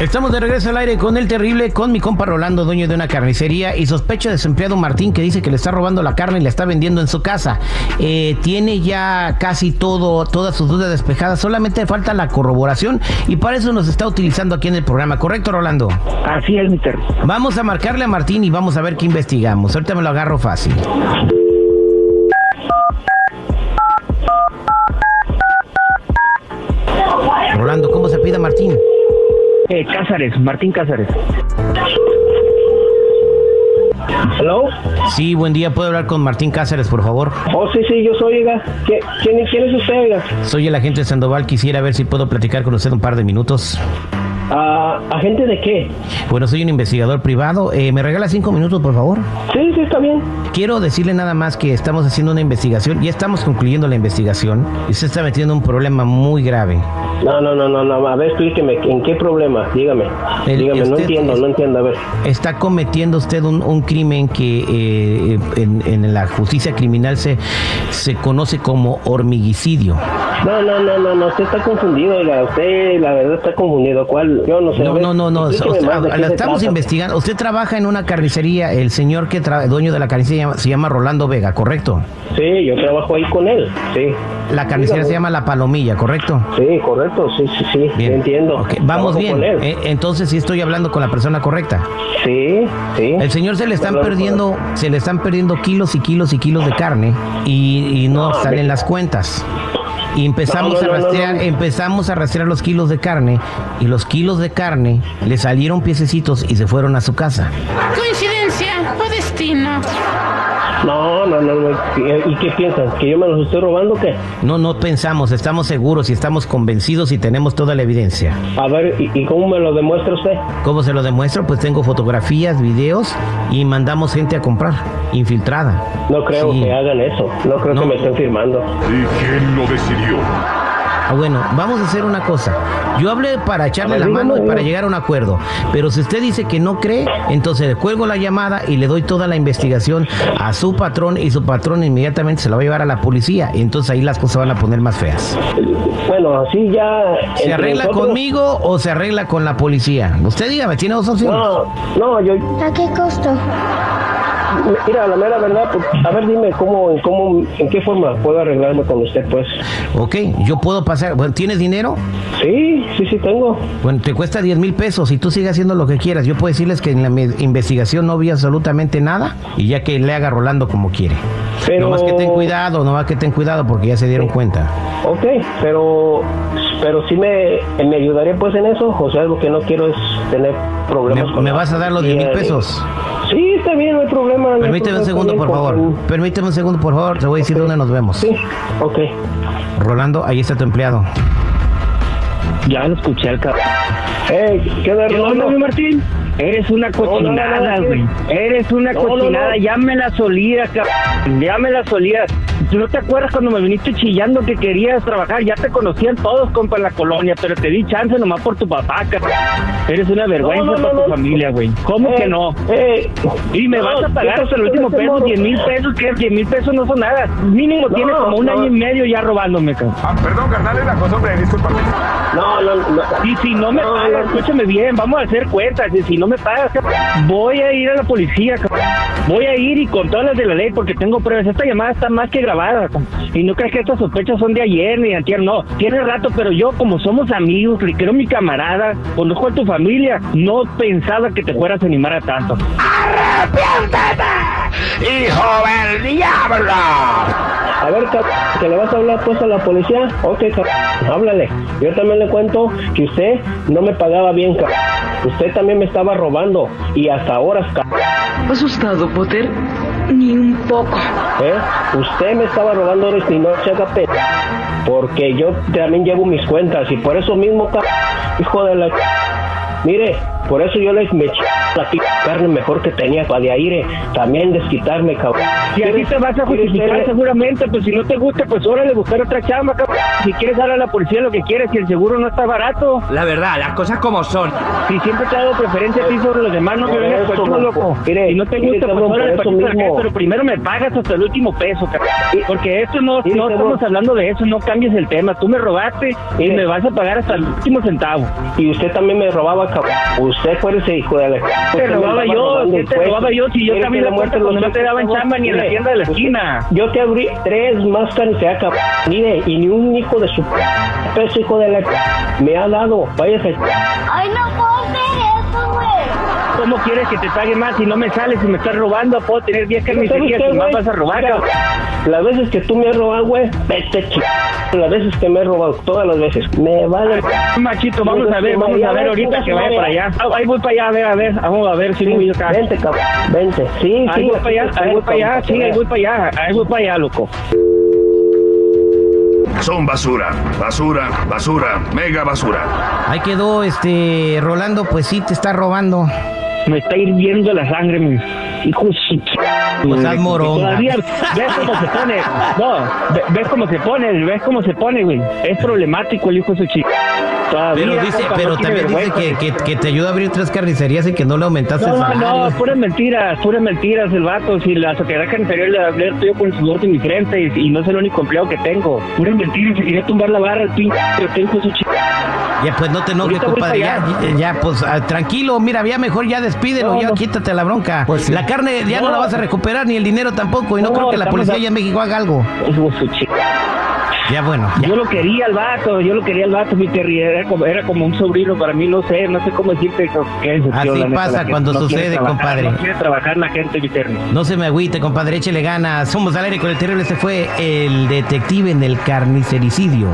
Estamos de regreso al aire con el terrible, con mi compa Rolando, dueño de una carnicería y sospecho desempleado Martín que dice que le está robando la carne y la está vendiendo en su casa. Eh, tiene ya casi todo, todas sus dudas despejadas, solamente falta la corroboración y para eso nos está utilizando aquí en el programa, ¿correcto Rolando? Así es, mi Terry. Vamos a marcarle a Martín y vamos a ver qué investigamos. Ahorita me lo agarro fácil. Rolando, ¿cómo se pide Martín? Eh, Cázares, Martín Cázares. ¿Hello? Sí, buen día. ¿Puedo hablar con Martín Cáceres, por favor? Oh, sí, sí, yo soy, oiga. ¿Qui- ¿Quién, quién es usted, oiga? Soy el agente Sandoval. Quisiera ver si puedo platicar con usted un par de minutos. Ah, ¿Agente de qué? Bueno, soy un investigador privado. Eh, ¿Me regala cinco minutos, por favor? Sí, sí, está bien. Quiero decirle nada más que estamos haciendo una investigación. Ya estamos concluyendo la investigación. Y usted está metiendo en un problema muy grave. No, no, no, no, no. A ver, explíqueme. ¿En qué problema? Dígame. El- Dígame, no usted- entiendo, no entiendo. A ver. Está cometiendo usted un, un crimen que eh, en, en la justicia criminal se, se conoce como hormiguicidio. No, no, no, no, no. Usted está confundido, oiga. Usted, la verdad, está confundido. ¿Cuál? Yo no sé. a No, ver, no, no, no. explíqueme usted- más de la qué se estamos trata. investigando. Usted trabaja en una carnicería. El señor que tra- dueño de la carnicería se llama Rolando Vega, ¿correcto? Sí, yo trabajo ahí con él. Sí. La carnicería Dígame. se llama La Palomilla, ¿correcto? Sí, correcto. Sí, sí, sí. yo Entiendo. Ok, Vamos Trabajo bien. con él. Eh, entonces sí estoy hablando con la persona correcta. Sí, sí. El señor se le están Hablando con perdiendo, se le están perdiendo kilos y kilos y kilos de carne y, y no No, salen me- las cuentas. Y empezamos Ah, No, no, a no, no, rastrear, no. empezamos a rastrear los kilos de carne y los kilos de carne le salieron piececitos y se fueron a su casa. Coincidencia o destino. No, no, no, no. ¿Y- ¿Y qué piensan? ¿Que yo me los estoy robando o qué? No, no pensamos, estamos seguros y estamos convencidos y tenemos toda la evidencia. A ver, ¿y, y cómo me lo demuestra usted? ¿Cómo se lo demuestro? Pues tengo fotografías, videos y mandamos gente a comprar, infiltrada. No creo Sí. que hagan eso. No creo No. que me estén firmando. ¿Y quién lo decidió? Ah, bueno, vamos a hacer una cosa. Yo hablé para echarle A ver, la mano y dígame, para dígame. llegar a un acuerdo. Pero si usted dice que no cree, entonces le cuelgo la llamada y le doy toda la investigación a su patrón y su patrón inmediatamente se la va a llevar a la policía. Entonces ahí las cosas van a poner más feas. Bueno, así ya. ¿Se entre arregla nosotros- conmigo o se arregla con la policía? Usted dígame, tiene dos opciones. No, no, yo. ¿A qué costo? Mira, la mera verdad, pues, a ver, dime, ¿cómo, en, cómo, ¿en qué forma puedo arreglarme con usted, pues? Ok, yo puedo pasar. Bueno, ¿tienes dinero? Sí, sí, sí, tengo. Bueno, te cuesta 10 mil pesos y tú sigues haciendo lo que quieras. Yo puedo decirles que en la me- investigación no vi absolutamente nada y ya que le haga Rolando como quiere. Pero- No más que ten cuidado, no más que ten cuidado porque ya se dieron cuenta. Ok, pero. Pero sí me, me ayudaré, pues, en eso. O sea, algo que no quiero es tener problemas ¿Me- con me la vas a dar los policía 10,000 ni- pesos? Sí, está bien, no hay problema. no hay pues, Permíteme un problema, segundo, por está bien, favor. con- Permíteme un segundo, por favor. Te voy a decir dónde nos vemos. Sí, ok. Rolando, ahí está tu empleado. Ya lo escuché al cabrón. Hey, ¿qué onda, ¿Qué onda, Rolando? mi Martín? Eres una cochinada, no, no, güey. Eres una No, no, cochinada. no. Ya me la solías, cabrón. Ya me la solías. ¿Tú no te acuerdas cuando me viniste chillando que querías trabajar? Ya te conocían todos, compa, en la colonia, pero te di chance nomás por tu papá, cabrón. Eres una vergüenza No, no, no, para tu no. familia, güey. ¿Cómo Eh, que no? eh, Y me no, vas a pagar ¿qué hasta pasó el último con este peso, morro? 10 mil pesos, que 10 mil pesos no son nada. Mínimo No, tienes como un no. año y medio ya robándome, cabrón. Ah, perdón, carnal, es la cosa, hombre, discúlpame. No, no, no. Y si no me No, pagas, no. escúchame bien, vamos a hacer cuentas. Y si no me pagas, cabrón, voy a ir a la policía, cabrón. Voy a ir y con todas las de la ley porque tengo pruebas. Esta llamada está más que grabada. cabrón. Y no crees que estas sospechas son de ayer ni de antier, no. Tiene rato, pero yo, como somos amigos, le creo a mi camarada, conozco a tu familia, no pensaba que te fueras a animar a tanto. A ver, cab- que le vas a hablar pues a la policía. Ok, cab- háblale. Yo también le cuento que usted no me pagaba bien, cab- Usted también me estaba robando. Y hasta ahora, cab- ¿Asustado, Potter? Ni un poco. ¿eh? Usted me estaba robando horas y noche, cab- Porque yo también llevo mis cuentas. Y por eso mismo, cab- Hijo de la... Mire, por eso yo les me... ch- la p- carne mejor que tenía para de aire. También desquitarme, cabrón. Y aquí ¿Quieres- te vas a quieres justificar ser- seguramente, pues si no te gusta, pues órale, buscar otra chamba, cabrón. Si quieres, dale a la policía lo que quieres, si el seguro no está barato. La verdad, las cosas como son. Si siempre te hago preferencia a ti sobre los demás, no me Por vengas eso, con tú, loco. loco. Mire, si no te mire, gusta, pues cabrón, por órale, eso partí para acá, mismo. pero primero me pagas hasta el último peso, cabrón. Porque esto no, mire, no cabrón. estamos hablando de eso, no cambies el tema. Tú me robaste y Mire. me vas a pagar hasta el último centavo. Y usted también me robaba, cabrón. Usted fue ese hijo de la. Te Usted me robaba andaba yo, robando ¿qué te impuestos. robaba yo si yo Quiere que también la le muerte muestre los cuando no te cheques, daban cabrón. chamba ni en la Mire, tienda de la usted- esquina. Yo te abrí tres máscaras de acá, mire, y ni un hijo de su p- peso, hijo de la c- me ha dado. Váyase. Ay, no puedo hacer eso, güey. ¿Cómo quieres que te pague más si no me sales, si me estás robando? Puedo tener 10 ¿Sabe camisetas usted, y más güey? vas a robar, Mira, cabrón. Las veces que tú me has robado, güey, vete ch... Las veces que me he robado, todas las veces. Me vale. Machito, vamos a ver, vamos a ver ahorita que vaya para allá. Ah, Ahí voy para allá, a ver, a ver, vamos a ver si voy acá. Vente, cabrón. Vente. Sí, Ahí sí. voy para allá, ahí voy para allá, sí, ahí voy para allá, ahí voy para allá, loco. Son basura, basura, basura, mega basura. Ahí quedó, este, Rolando, pues sí, te está robando. Me está hirviendo la sangre, mi hijo de su ch- Pues estás morón. Todavía, ves cómo se pone, no, ve- ves cómo se pone, ves cómo se pone, güey. Es problemático el hijo de su chico. Todavía, Pero dice, compa, pero no tiene también dice vergüenza. que, que- que te ayuda a abrir tres carnicerías y que no le aumentaste el No, no, salario. no, puras mentiras, puras mentiras el vato. Si la sociedad anterior le hablé yo con el sudor de mi frente y, y no es el único empleo que tengo. Puras mentiras, se quería tumbar la barra el pinche, pero tengo su chico. Ya pues no te enojes, Ahorita voy compadre. para Ya, ya, pues ah, tranquilo, mira, ya mejor ya despídelo, No, ya no. quítate la bronca. Pues sí. La carne ya no. No. la vas a recuperar, ni el dinero tampoco, y no, No, creo que la estamos policía a- allá en México haga algo. Hijo de su chico. Ya bueno, ya. Yo lo quería al vato, yo lo quería al vato, mi Terry. Era como, era como un sobrino para mí, no sé, no sé cómo decirte eso. qué decepción, Así la neta, pasa la gente cuando no quiere sucede, trabajar, compadre. No quiere trabajar la gente, mi Terry. No se me agüite, compadre, échele ganas. Somos al aire con el terrible. Este fue el detective en el carnicericidio.